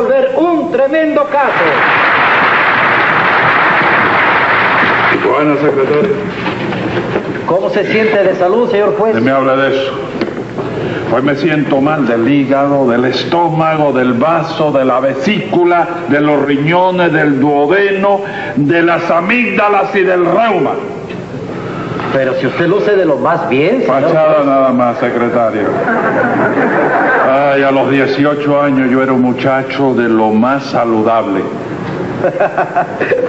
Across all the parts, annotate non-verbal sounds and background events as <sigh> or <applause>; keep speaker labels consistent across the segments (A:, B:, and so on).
A: volver un tremendo caso.
B: Buenas, secretario.
A: ¿Cómo se siente de salud, señor juez?
B: Se me habla de eso. Hoy me siento mal del hígado, del estómago, del vaso, de la vesícula, de los riñones, del duodeno, de las amígdalas y del reuma.
A: Pero si usted luce de lo más bien, señor
B: Fachada nada más, secretario. Ay, a los 18 años yo era un muchacho de lo más saludable.
A: juez.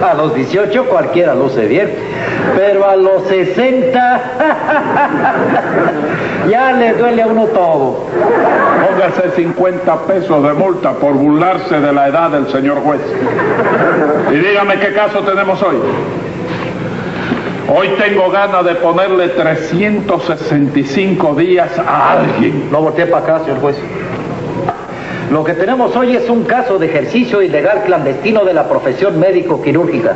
A: A los 18 cualquiera luce bien, pero a los 60 <laughs> ya le duele a uno todo.
B: Póngase 50 pesos de multa por burlarse de la edad del señor juez. Y dígame qué caso tenemos hoy. Hoy tengo ganas de ponerle 365 días a alguien.
A: No volteé para acá, señor juez. Lo que tenemos hoy es un caso de ejercicio ilegal clandestino de la profesión médico-quirúrgica.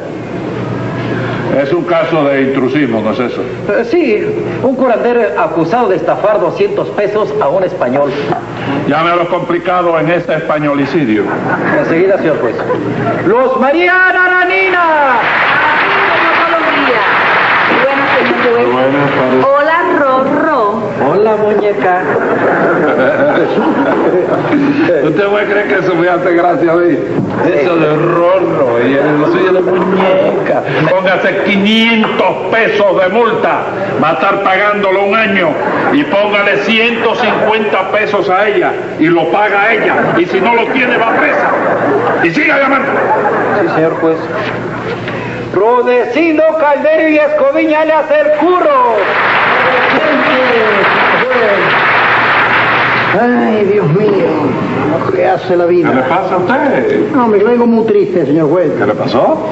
B: Es un caso de intrusismo, ¿no es eso?
A: Eh, sí, un curandero acusado de estafar 200 pesos a un español.
B: Llame a lo complicado en este españolicidio.
A: Enseguida, señor juez. Los Mariana Aranina.
C: Buenas, señor juez.
B: Buenas tardes.
C: Hola, Rorro.
A: Hola, muñeca.
B: ¿Usted puede creer que eso me hace gracia a mí? Eso de rorro y el suyo de muñeca. Póngase 500 pesos de multa. Va a estar pagándolo un año. Y póngale 150 pesos a ella. Y lo paga ella. Y si no lo tiene, va presa. Y siga llamando.
A: Sí, señor juez. Prodecido Caldero y Escoviña le hace el curro.
D: Ay, Dios mío, ¿qué hace la vida?
B: pasa a usted?
D: No, me vengo muy triste, señor juez.
B: le pasó?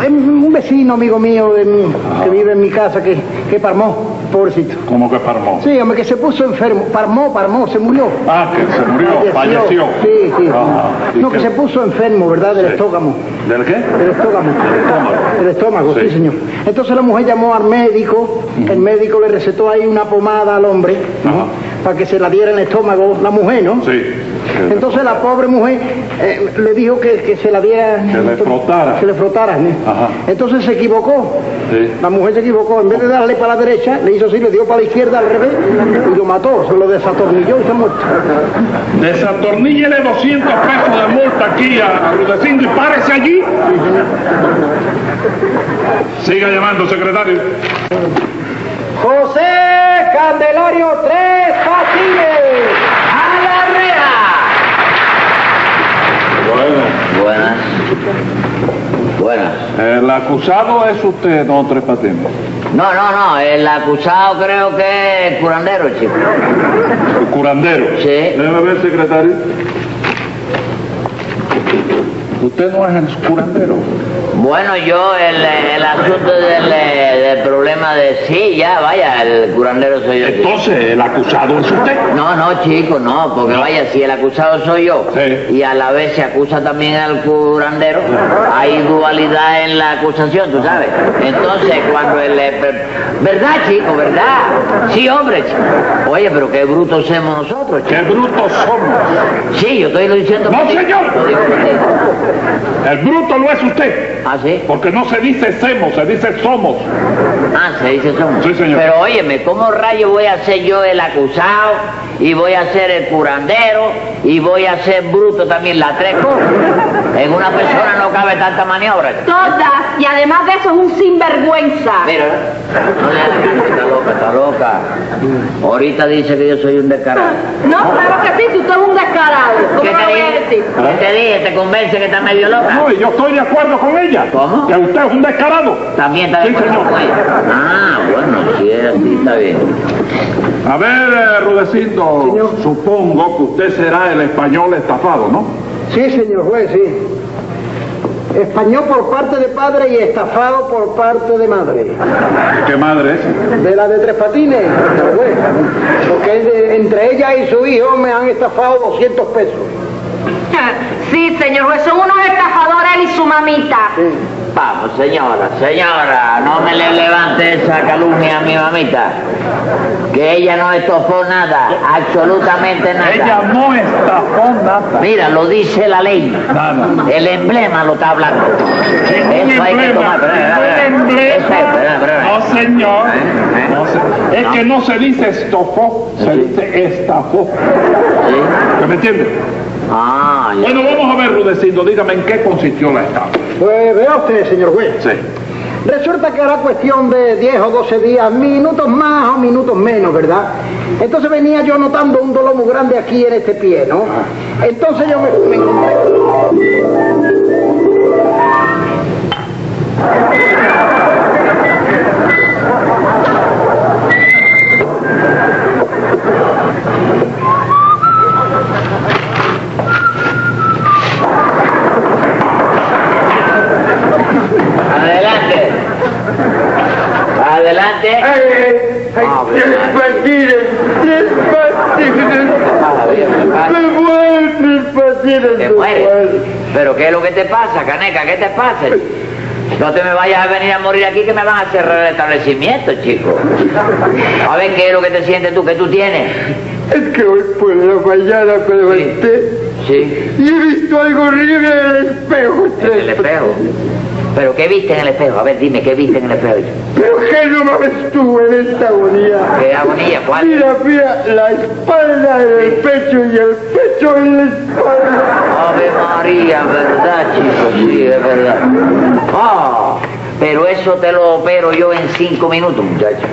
D: Hay Un vecino amigo mío de mi- que vive en mi casa que, que parmó, pobrecito.
B: ¿Cómo que parmó?
D: Sí, hombre, que se puso enfermo. Parmó, parmó, se murió.
B: Ah, que se murió, falleció. Ah,
D: Sí, sí.
B: Ajá. ¿Y
D: No, que
B: qué?
D: se puso enfermo, ¿verdad? Del
B: Sí.
D: estómago.
B: ¿Del qué?
D: El estómago. El estómago, sí.
B: Sí.
D: señor. Entonces la mujer llamó al médico, el médico le recetó ahí una pomada al hombre,
B: Ajá.
D: para que se la diera en el estómago la mujer, ¿no?
B: Sí.
D: Entonces la pobre mujer eh, le dijo que, que se la diera...
B: Que le frotara.
D: Que le frotara, ¿no?
B: Ajá.
D: Entonces se equivocó.
B: Sí.
D: La mujer se equivocó. En vez de darle para la derecha, le hizo así, le dio para la izquierda al revés y lo mató. Se lo desatornilló y se muerto.
B: Desatorníllele 200 pesos de multa aquí a, a Rudecindo y párese allí. Siga llamando, secretario.
A: José Candelario Tres Patines.
B: Bueno.
E: Buenas. Buenas.
B: El acusado es usted, don Tres Patines.
E: No, no, no, el acusado creo que es el curandero, chico.
B: El curandero.
E: Sí.
B: Déjeme ver, secretario. Usted no es el curandero.
E: Bueno, yo el, el asunto del, eh, del problema de sí, ya, vaya, el curandero soy yo. chico.
B: Entonces, el acusado es usted.
E: No, no, chico, no, porque vaya, si el acusado soy yo
B: Sí.
E: y a la vez se acusa también al curandero, hay dualidad en la acusación, tú sabes. Entonces, cuando el... eh, per- ¿Verdad, chico? ¿Verdad? Sí, hombre, chico. Oye, pero qué brutos somos nosotros, chico.
B: ¡Qué brutos somos!
E: Sí, yo estoy diciendo...
B: ¡No,
E: por ti.
B: señor!
E: Lo digo por ti.
B: El bruto no es usted.
E: ¿Ah, sí?
B: Porque no se dice semos, se dice somos.
E: Ah, se dice somos.
B: Sí, señor.
E: Pero óyeme, ¿cómo rayo voy a ser yo el acusado y voy a ser el curandero y voy a ser bruto también las tres cosas? En una persona no cabe tanta maniobra.
C: Todas, y además de eso es un sinvergüenza.
E: Mira, no le hagas caso, está loca, está loca. Ahorita dice que yo soy un descarado.
C: No, claro que sí, si usted es un descarado. ¿Cómo
E: ¿Qué
C: lo voy a
E: te dije?
C: decir?
E: ¿Qué te dije? ¿Te convence que está medio loca?
B: No, y yo estoy de acuerdo con ella.
E: ¿Cómo?
B: Que usted es un descarado.
E: También está
B: Sí,
E: de acuerdo
B: señor.
E: con ella. Ah, bueno, sí, es así, está bien.
B: A ver, eh, Rudecindo, supongo que usted será el español estafado, ¿no?
D: Sí, señor juez, sí. Español por parte de padre y estafado por parte de madre.
B: ¿Qué madre es?
D: De la de Tres Patines, señor juez. Porque es de- entre ella y su hijo me han estafado 200 pesos.
C: pues Sí, señor juez, son unos estafadores él y su mamita.
E: Vamos, señora, señora, no me le levante esa calumnia a mi mamita. Que ella no estofó nada, absolutamente nada.
B: Ella no estafó nada.
E: Mira, lo dice la ley.
B: Nada.
E: El emblema lo está hablando. Eso hay que tomar. espera, espera,
B: Un
E: espera.
B: emblema.
E: Espera, espera, espera.
B: No, señor.
E: ¿Eh?
B: No se- es
E: No.
B: que no se dice estofó, se dice estafó.
E: ¿Sí?
B: ¿Me entiendes?
E: Ah, ya.
B: Bueno, vamos a ver, Rudecindo, dígame en qué consistió la estafa.
F: Pues vea usted, señor juez.
B: Sí.
F: Resulta que era cuestión de 10 o 12 días, minutos más o minutos menos, ¿verdad? Entonces venía yo notando un dolor muy grande aquí en este pie, ¿no? Entonces yo me, me encontré...
E: Adelante. Adelante. Ave María. Maravilla, me pasa. Te mueres. Pero ¿qué es lo que te pasa, Caneca? ¿Qué te pasa? No te me vayas a venir a morir aquí que me van a cerrar el establecimiento, chico. A ver qué es lo que te sientes tú, que tú tienes.
D: Es que hoy por la mañana me levanté
E: Sí,
D: y he visto algo horrible en el espejo.
E: en el espejo. Pero ¿qué viste en el espejo? A ver, dime, ¿qué viste en el espejo?
D: Pero que no mames tú en esta agonía.
E: ¿Qué agonía? ¿Cuál?
D: Mira, mira, la espalda en el pecho y el pecho en la espalda.
E: Ave María, ¿verdad, chico? Sí, es verdad. Ah, pero eso te lo opero yo en cinco minutos, muchacho.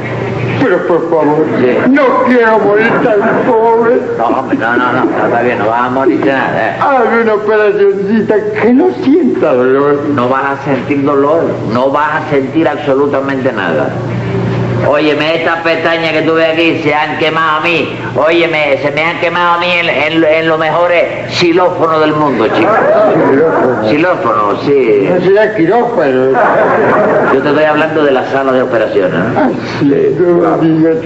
D: Pero por favor,
E: Sí.
D: no quiero morir tan pobre.
E: No, hombre, no, no, no, no está bien, no vas a morir de nada. ¿eh?
D: Hazme una operacioncita que no sienta dolor.
E: No vas a sentir dolor, no vas a sentir absolutamente nada. Óyeme, estas pestañas que tuve aquí se han quemado a mí. Óyeme, se me han quemado a mí en, en- en los mejores xilófonos del mundo, chico. Xilófonos, sí.
D: No será quirófano.
E: Yo te estoy hablando de la sala de operaciones. ¿no?
D: Sí, no me digas.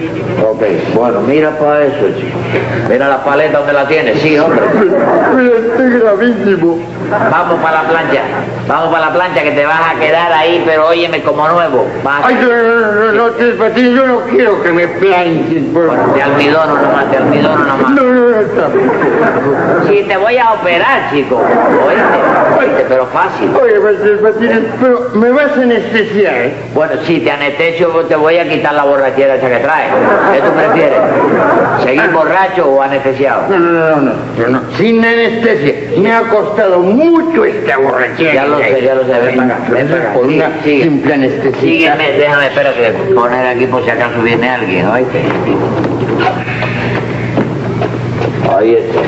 E: Ok, bueno, mira para eso, chico. Mira la paleta donde la tienes, sí, hombre.
D: Pero estoy gravísimo.
E: Vamos para la plancha, vamos para la plancha que te vas a quedar ahí, pero óyeme como nuevo. Vas
D: Ay, no, no, no, no, Tres Patines, yo no quiero que me planchen, por
E: Bueno,
D: favor.
E: te almidono nomás, te almidono nomás.
D: No, no, no, tampoco.
E: Sí, te voy a operar, chico. Oíste, oíste, pero fácil.
D: Oye, pues, Tres Patines, pero me vas a anestesiar. ¿eh?
E: Bueno, si te anestecio, pues te voy a quitar la borrachera esa que traes. ¿Qué tú prefieres? ¿Seguir borracho o anestesiado?
D: No, no, no, no, no, no, sin anestesia. Me ha costado mucho esta borrachera.
E: Ya lo sé, ya lo sé. Ven para acá, ven
D: Venga,
E: para acá.
D: Por
E: Sigue,
D: una
E: sigue.
D: simple anestesia.
E: Sígueme, déjame, espérate, poner aquí por si acaso viene alguien, oíste. Oíste.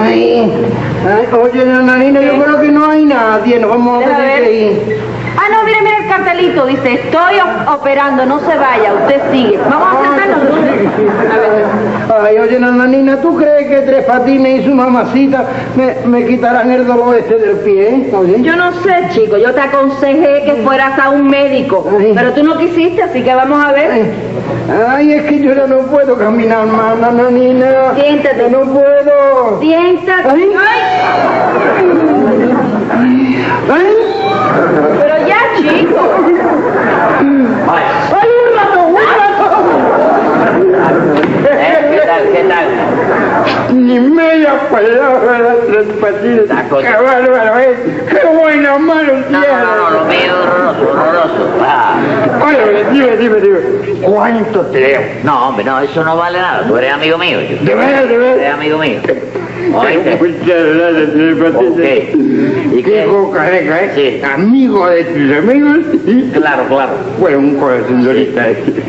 F: Ay, ay, oye, Nananina, yo creo que no hay nadie, nos vamos a
C: Deja
F: tener
C: ver.
F: que ir.
C: Ah, no, mire, mire el cartelito. Dice, estoy o- operando, no se vaya, usted sigue. Vamos a sentarnos. A ver.
F: Ay, oye, Nananina, ¿tú crees que Tres Patines y su mamacita me, me quitarán el dolor este del pie, eh? Oye.
C: Yo no sé, chico, yo te aconsejé que fueras a un médico,
F: Ay.
C: pero tú no quisiste, así que vamos a ver.
F: Ay, es que yo ya no puedo caminar más, Nananina.
C: Siéntate.
F: Yo no puedo.
C: Siéntate.
F: Ay.
C: Ay,
F: Ay,
C: pero ya, chico.
E: Vaya.
F: ay, un rato, un rato.
E: ¿Eh? ¿Qué tal? ¿Qué tal?
D: Ni media palabra, Tres Patines.
E: La cosa.
D: Qué bárbaro es.
F: ¿eh?
D: Qué buena mano tienes.
E: No, no, no, lo mío es horroroso, horroroso. Ah.
D: Oye, dime, dime, dime. ¿Cuánto te debo?
E: No, hombre, no, eso no vale nada. Tú eres amigo mío. yo.
D: De veras, de
E: Tú eres
D: veras.
E: amigo mío.
D: Muchas
E: Oíste.
D: gracias, señor Patricio.
E: Ok. ¿Y qué?
D: Dijo Careca, ¿eh?
E: Sí.
D: Amigo de tus amigos y,
E: Claro, claro.
D: bueno, un corazoncito.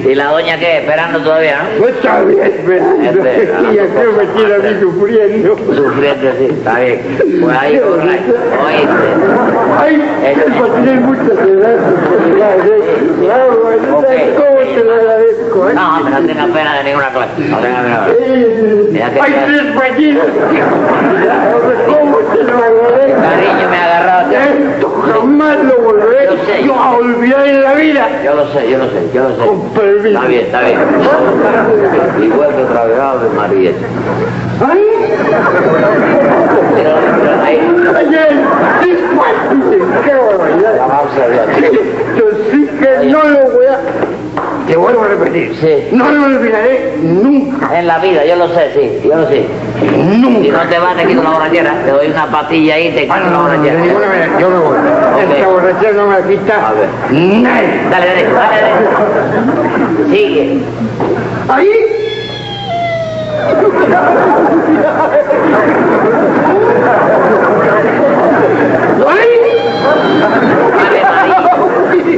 E: ¿Y la doña qué? Esperando todavía, ¿no?
D: ¿eh? Pues todavía esperando.
E: Espera,
D: Y acá me tiene a mí sufriendo.
E: Sufriendo, sí, está bien. Pues ahí, correcto. Oíste.
D: Ay, el Patricio, muchas gracias por llegar, ¿eh? Claro, bueno, ¿sabes
E: Ok.
D: cómo te lo agradezco, eh?
E: No, hombre, no tengas pena de ninguna clase. No tengas pena.
D: Eh,
E: Mira que-
D: Ay, tres Patines. ¿Cómo te lo agradezco?
E: Cariño, me ha agarrado.
D: Esto jamás lo volveré
E: Yo sé.
D: yo a olvidar en la vida. manera.
E: Yo lo sé, yo lo sé, yo lo sé.
G: Con permiso.
E: Está bien, está bien. Y vuelve otra vez, Ave María. Pero, pero ahí,
G: ¡Qué barbaridad!
E: vamos a ver.
G: Esto sí que no lo voy a... Te vuelvo a repetir.
E: Sí.
G: No lo olvidaré nunca.
E: En la vida, yo lo sé, sí, yo lo sé. Si
G: Nunca.
E: no te vas, te quito la borrachera. Te doy una pastilla ahí y te quito
G: Ah, no,
E: la
G: no, no, de
E: borrachera.
G: ninguna manera. Yo me voy.
E: Ok.
G: Esta borrachera no me la
E: A
G: quita
E: ver.
G: nadie.
E: Dale, dale, dale, dale. Sigue.
G: Ahí. Ahí.
E: Ave María. Yo creí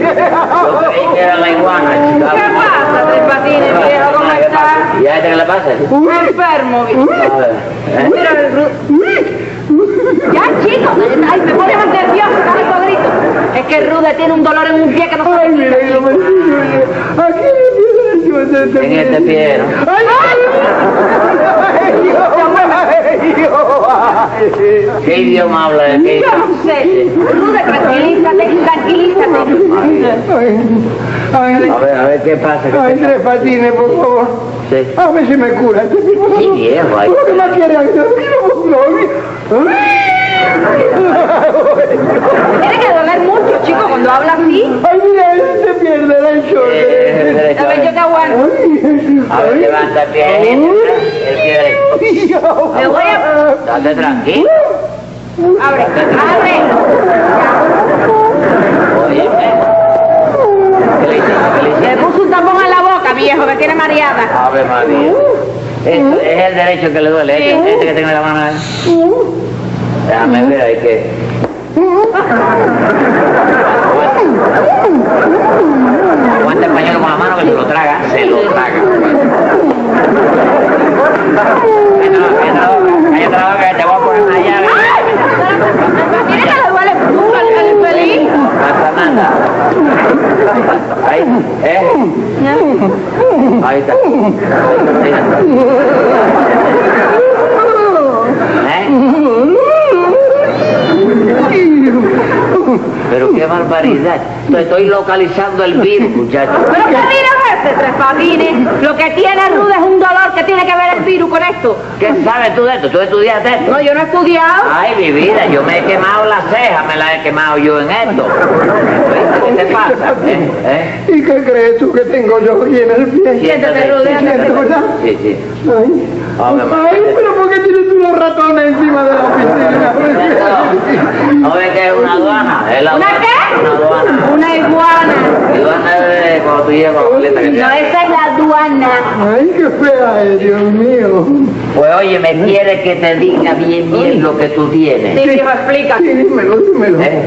E: que era la iguana, chica.
C: ¿Qué pasa, Tres Patines, viejo? ¿Cómo estás?
E: ¿Y a este que le pasa?
C: Enfermo, viejo.
E: A ver. ¿eh?
C: Mira, el Ru- Ya, chicos, ay, me pones nervioso, tanto grito. Es que Rude tiene un dolor en un pie que no sabe ni de chico.
E: En este pie, ¿no? ¿Qué idioma habla de qué?
C: Yo no sé. Rude, tranquilízate, tranquilízate.
E: A ver, a ver qué pasa. ¿Qué
D: Ay, tres patines, por favor.
E: Sí.
D: A ver si me cura. Este tipo no-
E: Sí, viejo, ahí.
D: ¿Por qué más quiere? Ay, no, no, no.
C: Tiene que doler mucho, chicos, cuando habla así.
D: Ay, mira, él se pierde la
E: Eh,
D: enchorre.
E: el derecho,
C: A ver, yo te aguanto.
E: A ver, levanta el pie. El pie derecho.
D: <laughs>
C: Me voy a...
E: Date tranquilo.
C: Abre, abre.
E: Oye, ¿qué le hiciste? ¿Qué le
C: Le
E: hiciste?
C: puso un tapón en la boca, viejo, me tiene mareada.
E: Ave María. Esto es el derecho que le duele. Este, este que tengo en la mano. Déjame ver ahí que. Aguanta el pañuelo con la mano que se lo traga. Se lo traga. Cállate la- cállate la boca, cállate la boca, que te voy a poner una llave.
C: Tiene que le duele mucho al- al feliz.
E: Hasta nada. Ahí, ¿eh? Ahí está. Mira. ¿Eh? Pero qué barbaridad. Te estoy localizando el virus, muchacho.
C: ¿Pero qué virus es este, Tres Patines? Lo que tiene Rude es un dolor que tiene que ver el virus con esto.
E: ¿Qué sabes tú de esto? ¿Tú estudiaste esto?
C: No, yo no he estudiado.
E: Ay, mi vida, yo me he quemado las cejas, me las he quemado yo en esto. ¿Viste? ¿Qué te pasa? ¿Eh? ¿Eh?
D: ¿Y qué crees tú que tengo yo aquí en el pie?
E: Siéntate,
C: Rudolfo,
E: siéntate.
D: ¿verdad?
E: Sí, sí.
D: Ay,
E: Ave
D: ay,
E: María.
D: pero ¿por qué tienes unos ratones encima de la
E: Eso.
D: piscina?
E: ¿No ves que es una aduana? Es la
C: ¿Una
E: aduana.
C: qué?
E: Una aduana.
C: Una iguana.
E: Aduana es de cuando tú llegas con la boleta que te
C: No,
E: dan.
C: esa es la aduana.
D: Ay, qué fea es, Dios mío.
E: Pues oye, me quieres que te diga bien bien lo que tú
C: Sí,
E: tienes.
C: viejo, explica.
D: Sí, dímelo, dímelo.
E: ¿eh?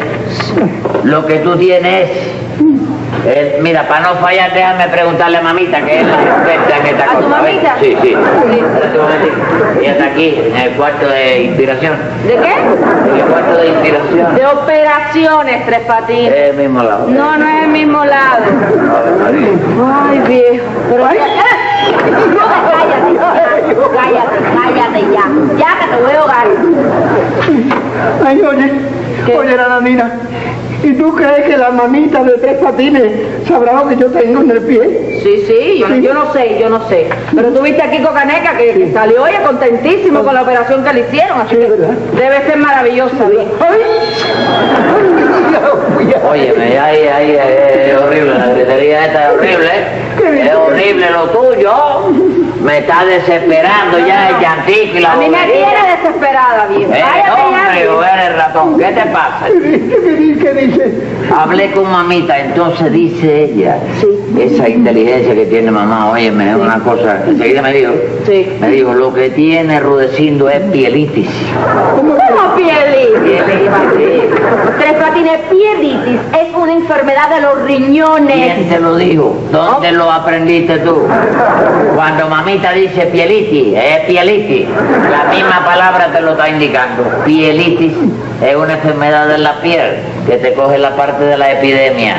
E: Lo que tú tienes es... eh, mira, para no fallar, déjame preguntarle a mamita, que es la experta en esta
C: ¿A tu
E: cosa. ¿ves?
C: mamita?
E: Sí, sí. Espérate un momentico. Ella está aquí, en el cuarto de inspiración.
C: ¿De qué?
E: En el cuarto de inspiración.
C: De operaciones, Tres Patines.
E: Es el mismo lado.
C: No, no es el mismo lado.
E: Ave María.
C: Ay, viejo. Pero... Rude, cállate. Cállate, cállate ya. Ya que te voy a ahogar.
D: Ay, oye, oye, Nananina, ¿y tú crees que la mamita de tres patines sabrá lo que yo tengo en el pie?
C: Sí, sí, yo, yo no sé, yo no sé. Pero tuviste aquí Kiko Caneca que, que salió oye, contentísimo con la operación que le hicieron. Así
D: Sí,
C: que
D: ¿verdad?
C: debe ser maravillosa, bien.
D: Ay, ay, ay.
E: Óyeme, ay, ay, ay, es horrible, la gritería esta es horrible, ¿eh? es horrible lo tuyo, me está desesperando ya el llantico y la
C: A mí me
E: bobería.
C: tiene desesperada, bien.
E: Eh,
C: Cállate ya.
E: hombre, o
C: viejo.
E: eres ratón, ¿qué te pasa?
D: ¿Qué dice? ¿Qué dice? ¿Qué dice?
E: Hablé con mamita, entonces dice ella, esa inteligencia que tiene mamá, óyeme, es una cosa, enseguida me dijo,
C: Sí.
E: me dijo, lo que tiene Rudecindo es pielitis.
C: ¿Cómo pielitis?
E: Pielitis,
C: Tres patines, pielitis es una enfermedad de los riñones.
E: ¿Quién te lo dijo? ¿Dónde lo aprendiste tú? Cuando mamita dice pielitis, es pielitis. La misma palabra te lo está indicando. Pielitis es una enfermedad de la piel que te coge la parte de la epidemia.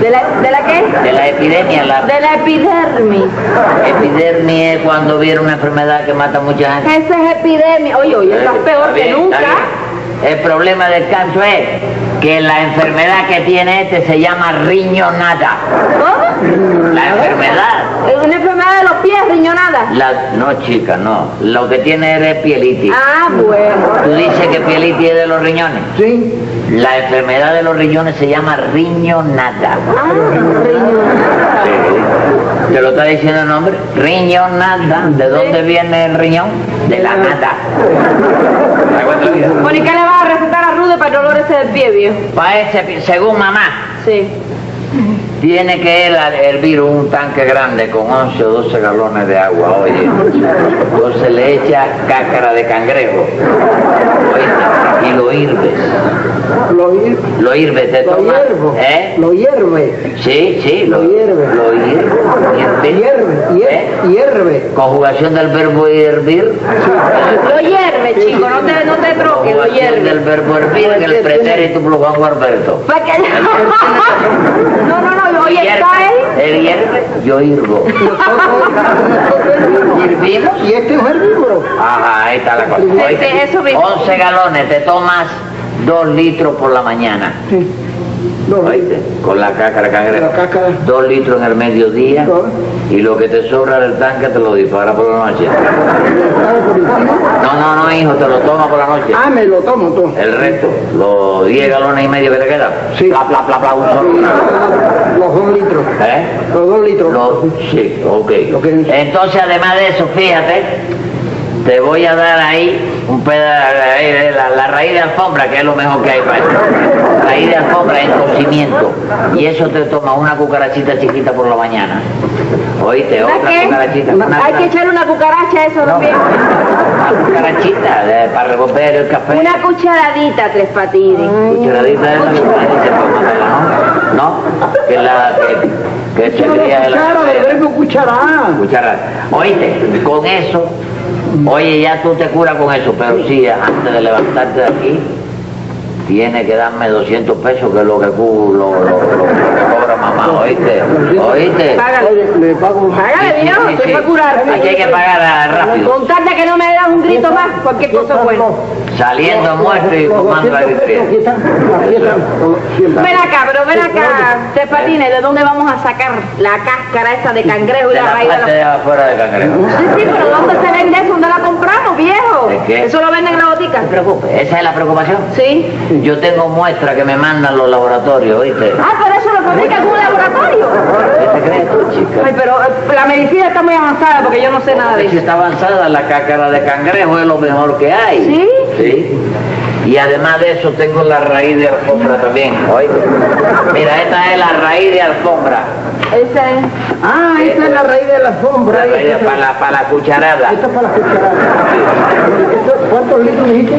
C: ¿De la, de la qué?
E: De la epidemia, la
C: De la epidermis.
E: epidemia es cuando viene una enfermedad que mata a mucha gente.
C: Esa es epidemia. Oye, oye, estás peor
E: Está
C: que
E: bien, está
C: nunca.
E: bien. El problema del caso es que la enfermedad que tiene este se llama riñonada.
C: ¿Cómo?
E: La enfermedad.
C: Es una enfermedad de los pies, riñonada.
E: La, no, chica, no. Lo que tiene es de pielitis.
C: Ah, bueno.
E: Tú dices que pielitis es de los riñones.
D: Sí.
E: La enfermedad de los riñones se llama riñonada.
C: Ah, riñonada.
E: Sí. Te lo está diciendo el nombre. Riñonada. ¿De dónde viene el riñón? De la nada. ¿Te acuerdas, vida?
C: Bueno, ¿y qué le vas a recetar a Rude para el dolor ese del pie, viejo?
E: Pa' ese pi- según mamá,
C: Sí.
E: tiene que él al- hervir un tanque grande con 11 o 12 galones de agua, oye. Entonces le echa cáscara de cangrejo. oíste, Y lo hirves.
D: Lo, hier-
E: Lo hirves, te
D: lo
E: toma.
D: hiervo.
E: ¿Eh?
D: Lo hierve.
E: Sí, sí, lo,
D: Lo hierve.
E: Lo hierve.
D: Hierve.
E: ¿Eh?
D: hier- Hierve.
E: Conjugación del verbo hervir.
C: Lo hierve, chico, no te, no te troques, lo
E: Conjugación del
C: hierve.
E: verbo hervir en el pretérito plural Gualberto.
C: Pa' que- <laughs> No, no, no, oye, está él.
E: Hierve. Él hierve, yo hirvo. ¿Hirvimos?
D: Y este es herbívoro.
E: Ajá, ahí está la cosa.
C: Sí, sí, eso mismo.
E: 11 galones, te tomas 2 litros por la mañana.
D: No,
E: ¿Oíste? Con la
D: La
E: cáscara
D: cáscara.
E: cangrejera. 2 litros en el mediodía.
D: Dos.
E: Y lo que te sobra del tanque te lo dispara por la noche.
D: ¿sabe por encima?
E: No, no, no, hijo, te lo tomas por la noche.
D: Ah, me lo tomo todo.
E: El resto, los 10 galones y medio que te quedan.
D: Sí. Ah.
E: Bla, bla, bla, bla, un solo.
D: Los dos litros.
E: ¿Eh?
D: Los dos litros.
E: Lo- sí, ok.
D: Lo que-
E: Entonces, además de eso, fíjate, te voy a dar ahí un pedazo, la, la raíz de alfombra, que es lo mejor que hay para eso. Raíz de alfombra en cocimiento. Y eso te toma una cucarachita chiquita por la mañana. ¿Oíste?
C: ¿Sabes
E: Otra
C: qué?
E: cucarachita. una-
C: Hay que echar una cucaracha a eso también.
E: una cucarachita de- para revolver el café.
C: Una cucharadita, Tres Patines.
E: cucharadita de la ¿no? ¿No? Que la que, que se
D: Pero
E: cría de la
D: cuchara, del verbo cucharar.
E: cuchara. Oíste, con eso, oye, ya tú te curas con eso, pero sí, antes de levantarte de aquí, tiene que darme 200 pesos, que es lo que, cu- lo, lo- lo- lo que cobra mamá, oíste, oíste.
D: Oye, le pago un
C: Págale, viejo,
E: Sí, sí,
C: estoy
E: sí.
C: para curarme.
E: Aquí hay que pagar ah, rápido,
C: Con tal de que no me das un grito más, cualquier cosa es buena.
E: saliendo muerto y fumando la
D: Aquí
E: vitrina.
D: están, aquí están, siempre.
C: Ven acá, pero ven acá, Tres Patines, ¿de dónde vamos a sacar la cáscara esa de cangrejo y
E: De
C: la
E: la
C: raíz de la...
E: parte de afuera de cangrejo.
C: Sí, sí, pero ¿dónde se vende eso? ¿Dónde la compramos, viejo?
E: ¿De qué?
C: Eso lo venden en la botica.
E: No te preocupes, esa es la preocupación.
C: Sí.
E: Yo tengo muestras que me mandan los laboratorios, ¿oíste?
C: Ah, pero eso lo fabrican en un laboratorio.
E: ¿Qué te crees tú,
C: Ay,
E: chica?
C: pero eh, la medicina está muy avanzada porque yo no sé nada de
E: Si
C: eso.
E: está avanzada, la cáscara de cangrejo es lo mejor que hay.
C: ¿Sí?
E: Sí. Y además de eso, tengo la raíz de alfombra también, ¿oíste? Mira, esta es la raíz de alfombra.
C: Esa es...
D: Ah, esta es la raíz de la alfombra.
E: La raíz de-
D: Esta
E: para, la, para la cucharada.
D: es para las cucharadas. Esto- ¿Cuántos litros dijiste?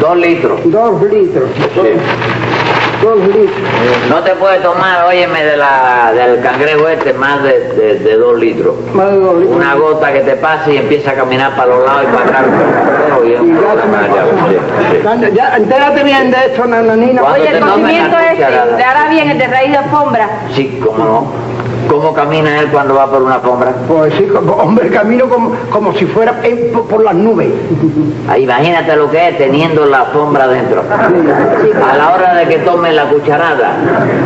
E: Dos litros.
D: Dos litros. Dos litros.
E: No te puedes tomar, óyeme, de la, del cangrejo este más de, de- de dos litros.
D: Más de dos litros.
E: Una gota que te pase y empieza a caminar para los lados y para atrás. Y es un
D: Y ya se
E: problema,
D: me
E: ya,
D: pasó.
E: sí, sí.
D: Ya- Ya, entérate bien de esto, nananina.
E: Cuando
C: Oye,
E: te
C: el
E: tomen la
C: cocimiento este,
E: cucharada.
C: le hará bien el de raíz de alfombra.
E: Sí, cómo no. ¿Cómo camina él cuando va por una alfombra?
D: Pues sí, como- hombre, camino como, como si fuera eh, por, por las nubes.
E: Ah, Imagínate lo que es teniendo la alfombra dentro. A la hora de que tome la cucharada,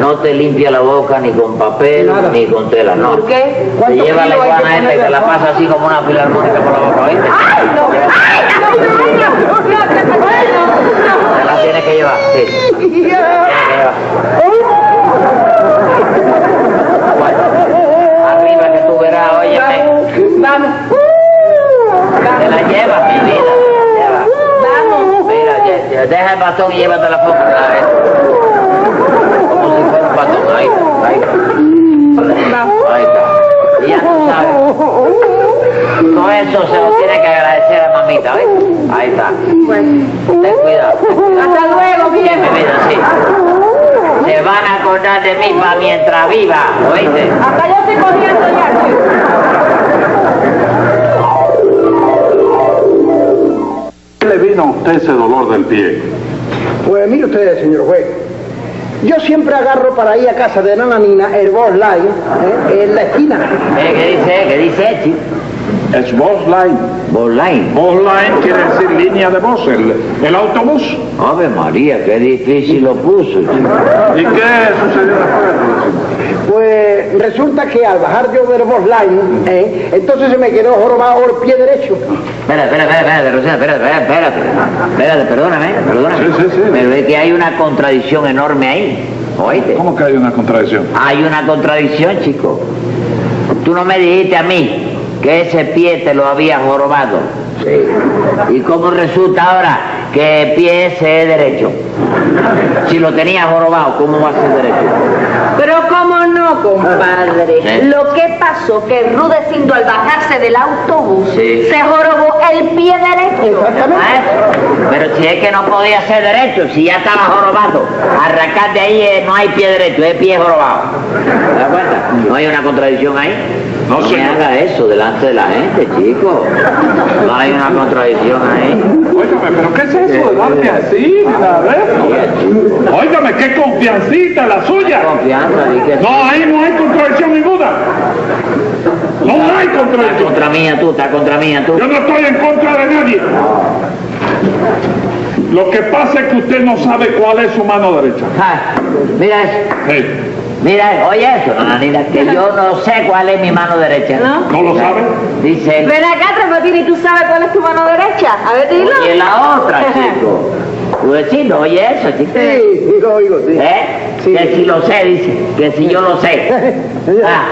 E: no te limpia la boca ni con papel
D: Nada.
E: ni con tela, no.
C: ¿Por qué?
E: Te
D: ¿Cuántos
E: lleva la ¿eh?
D: kilos hay que poner
E: iguana esta y
D: de
E: te la pasa así como una filarmónica por la boca, ¿oíste?
C: ¡Ay, no! ¡Ay, no! ¡No, no, no! no, Tres Patines, no, no.
E: Te la tienes que llevar, sí. Te la tienes que llevar. Bueno, arriba que tú verás, óyeme.
C: Vamos,
E: Te la llevas, mi vida, te la llevas.
C: vamos.
E: Mira, ya- ya, deja el bastón y llévate la foto otra vez. Como si fuera un bastón, ahí está, ahí está. Ahí está. Y ya tú sabes. Todo eso se lo tiene que agradecer a mamita, ¿ves? Ahí está. Ten cuidado.
C: Hasta luego,
E: Mi
C: viejo.
E: vida, sí. Se van a acordar de mí pa' mientras viva, ¿oíste?
C: Hasta yo estoy cogiendo ya, chico.
B: ¿Qué le vino a usted ese dolor del pie?
D: Pues mire ustedes, señor juez. Yo siempre agarro para ir a casa de nananina, Herbos Light, en la esquina.
E: Eh, ¿Qué dice? ¿Qué dice, Echi?
B: Es Bus Line.
E: Bolain.
B: Bus Line quiere decir línea de bus, el, el autobús.
E: Ave María, qué difícil lo puso. chico.
B: ¿Y qué sucedió después?
D: Pues resulta que al bajar yo del Boss Line, ¿eh? entonces se me quedó jorobado el pie derecho.
E: Espérate, espérate, espérate, Rosita, espérate, espérate, espérate, espérate, perdóname, perdóname.
B: Sí, sí, sí.
E: Pero es que hay una contradicción enorme ahí, oíste.
B: ¿Cómo que hay una contradicción?
E: Hay una contradicción, chico. Tú no me dijiste a mí que ese pie te lo había jorobado. Sí. ¿Y cómo resulta ahora que el pie ese es derecho? Si lo tenías jorobado, ¿cómo va a ser derecho?
C: Pero cómo no, compadre.
E: Sí.
C: Lo que pasó que Rudecindo al bajarse del autobús
E: Sí.
C: se jorobó el pie derecho.
E: Maestro, Pero si es que no podía ser derecho, si ya estaba jorobado, arrancar de ahí eh, no hay pie derecho, es pie jorobado. ¿Te das cuenta? ¿No hay una contradicción ahí?
B: No,
E: se
B: señor.
E: haga eso delante de la gente, chico. No hay una contradicción ahí.
B: Óigame, pero ¿qué es eso de darme así? ni Nada de eso. Óigame, qué confiancita la suya.
E: Confianza, di que
B: No, ahí no hay contradicción ninguna. No hay
E: Estás
B: contradicción.
E: contra mía tú, estás contra mía tú.
B: Yo no estoy en contra de nadie. Lo que pasa es que usted no sabe cuál es su mano derecha.
E: Ah, mira eso,
B: Sí.
E: mira, oye eso, nananina, que yo no sé cuál es mi mano derecha.
C: ¿No?
B: ¿No lo sabe?
E: Dice él.
C: Ven acá, Tres Patines, ¿tú sabes cuál es tu mano derecha? A ver, dilo.
E: Oye la
C: <laughs>
E: otra, chico. Tu vecino, oye eso, chico.
D: Sí, sí, lo oigo, sí.
E: ¿Eh?
D: Sí.
E: Que si lo sé, dice. Que si yo lo
B: <laughs>
E: sé. Ah,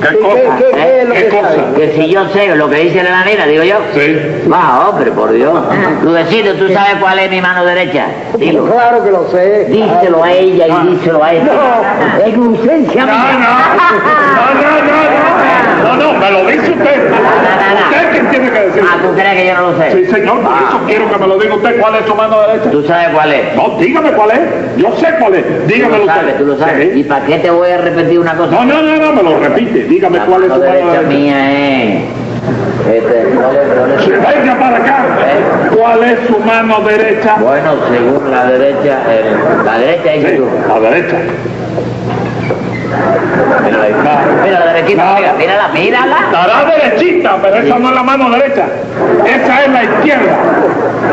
B: ¿Qué
D: ¿Qué-
B: cosa?
D: qué- qué es lo
B: ¿Qué
D: que
B: cosa?
D: sabe?
E: que si yo sé lo que dice la nanina, digo yo.
B: Sí.
E: Va, hombre, por Dios.
B: <laughs>
E: Rudecindo, ¿tú sabes cuál es mi mano derecha? Dilo.
D: Claro que lo sé.
E: Díselo a ella
B: Ah.
E: y díselo a ella.
D: No, en ausencia
B: No, no.
D: mía.
B: No, no, no, no. No, no, me lo dice usted. Usted quien tiene que decir.
E: Ah, ¿tú crees que yo no lo sé?
B: Sí, señor, por
E: Ah.
B: eso quiero que me lo diga usted cuál es su mano derecha.
E: ¿Tú sabes cuál es?
B: No, dígame cuál es. Yo sé cuál es.
E: Tú
B: Dígamelo
E: lo
B: usted.
E: sabes, tú lo sabes. ¿Y
B: Sí.
E: para qué te voy a repetir una cosa?
B: No, no, no, no, me lo repite. Dígame
E: La
B: cuál es
E: mano
B: su mano
E: derecha
B: derecha.
E: mía es... Este, no le- no le-
B: Sí, Venga para acá.
E: ¿Eh?
B: ¿Cuál es su mano derecha?
E: Bueno, según la derecha, el- la derecha
B: Sí,
E: dices tú.
B: a la derecha.
E: Mira la
B: No.
E: Mira la derechita,
B: No.
E: mira, mírala, mírala.
B: Estará derechita, pero esa no es la mano derecha. Esa es la izquierda.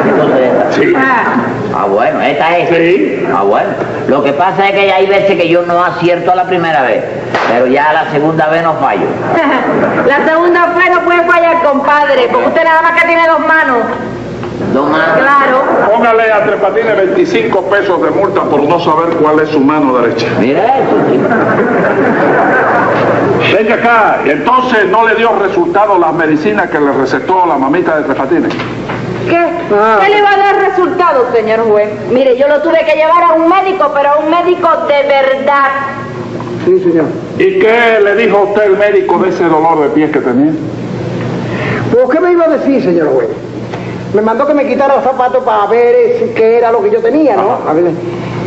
E: Entonces, esta.
B: Sí.
E: Ah, bueno, esta es.
B: Sí.
E: Ah, bueno. Lo que pasa es que hay veces que yo no acierto a la primera vez, pero ya a la segunda vez no fallo.
C: La segunda fue no puede fallar, compadre, porque usted nada más que tiene dos manos.
E: Dos manos.
C: Claro.
B: Póngale a Tres Patines 25 pesos de multa por no saber cuál es su mano derecha.
E: Mira eso, chico.
B: Venga acá. Entonces no le dio resultado las medicinas que le recetó la mamita de Tres Patines.
C: ¿Qué?
D: Ah.
C: ¿Qué le va a dar resultado, señor juez? Mire, yo lo tuve que llevar a un médico, pero a un médico de verdad.
D: Sí, señor.
B: ¿Y qué le dijo a usted el médico de ese dolor de pies que tenía?
D: Pues, ¿qué me iba a decir, señor juez? Me mandó que me quitara los zapatos para ver eh, qué era lo que yo tenía, ¿no? A ver.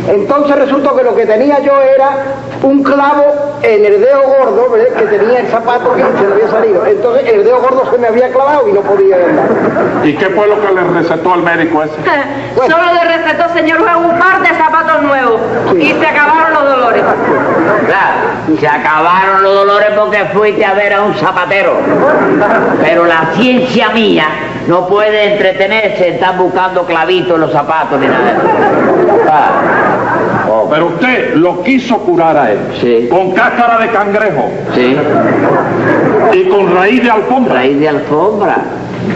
D: Entonces resultó que lo que tenía yo era un clavo en el dedo gordo, ¿verdad? Que tenía el zapato que se le había salido. Entonces el dedo gordo se me había clavado y no podía andar.
B: ¿Y qué fue lo que le recetó el médico ese?
C: <laughs>
D: Bueno.
C: Solo le recetó, señor juez, un par de zapatos nuevos.
D: Sí.
C: Y se acabaron los dolores.
E: Claro, se acabaron los dolores porque fuiste a ver a un zapatero. Pero la ciencia mía no puede entretenerse en estar buscando clavitos en los zapatos ni nada de eso. Ah. Oh,
B: Pero usted lo quiso curar a él.
E: Sí.
B: Con cáscara de cangrejo
E: sí,
B: y con raíz de alfombra.
E: raíz de alfombra.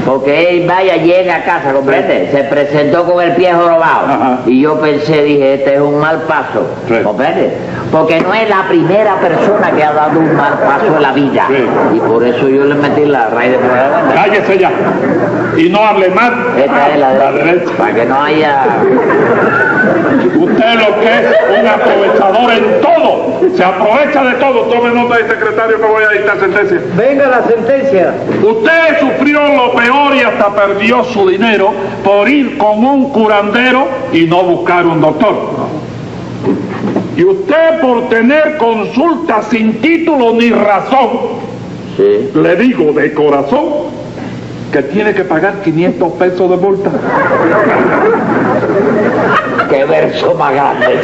E: Porque él vaya, llega a casa, ¿comprende? Se presentó con el pie jorobado.
B: Ajá.
E: Y yo pensé, dije, este es un mal paso.
B: Sí.
E: ¿Comprende? Porque no es la primera persona que ha dado un mal paso en la vida.
B: Sí.
E: Y por eso yo le metí la raíz de alfombra.
B: Cállese ya. Y no hable más. Ah,
E: Esta es la
B: La
E: derecha.
B: derecha.
E: Para que no haya.
B: Usted lo que es un aprovechador en todo. Se aprovecha de todo. Tome nota ahí, secretario, que voy a dictar sentencia.
D: Venga la sentencia.
B: Usted sufrió lo peor y hasta perdió su dinero por ir con un curandero y no buscar un doctor. Y usted por tener consulta sin título ni razón,
E: Sí.
B: le digo de corazón que tiene que pagar 500 pesos de multa.
E: Qué verso más grande.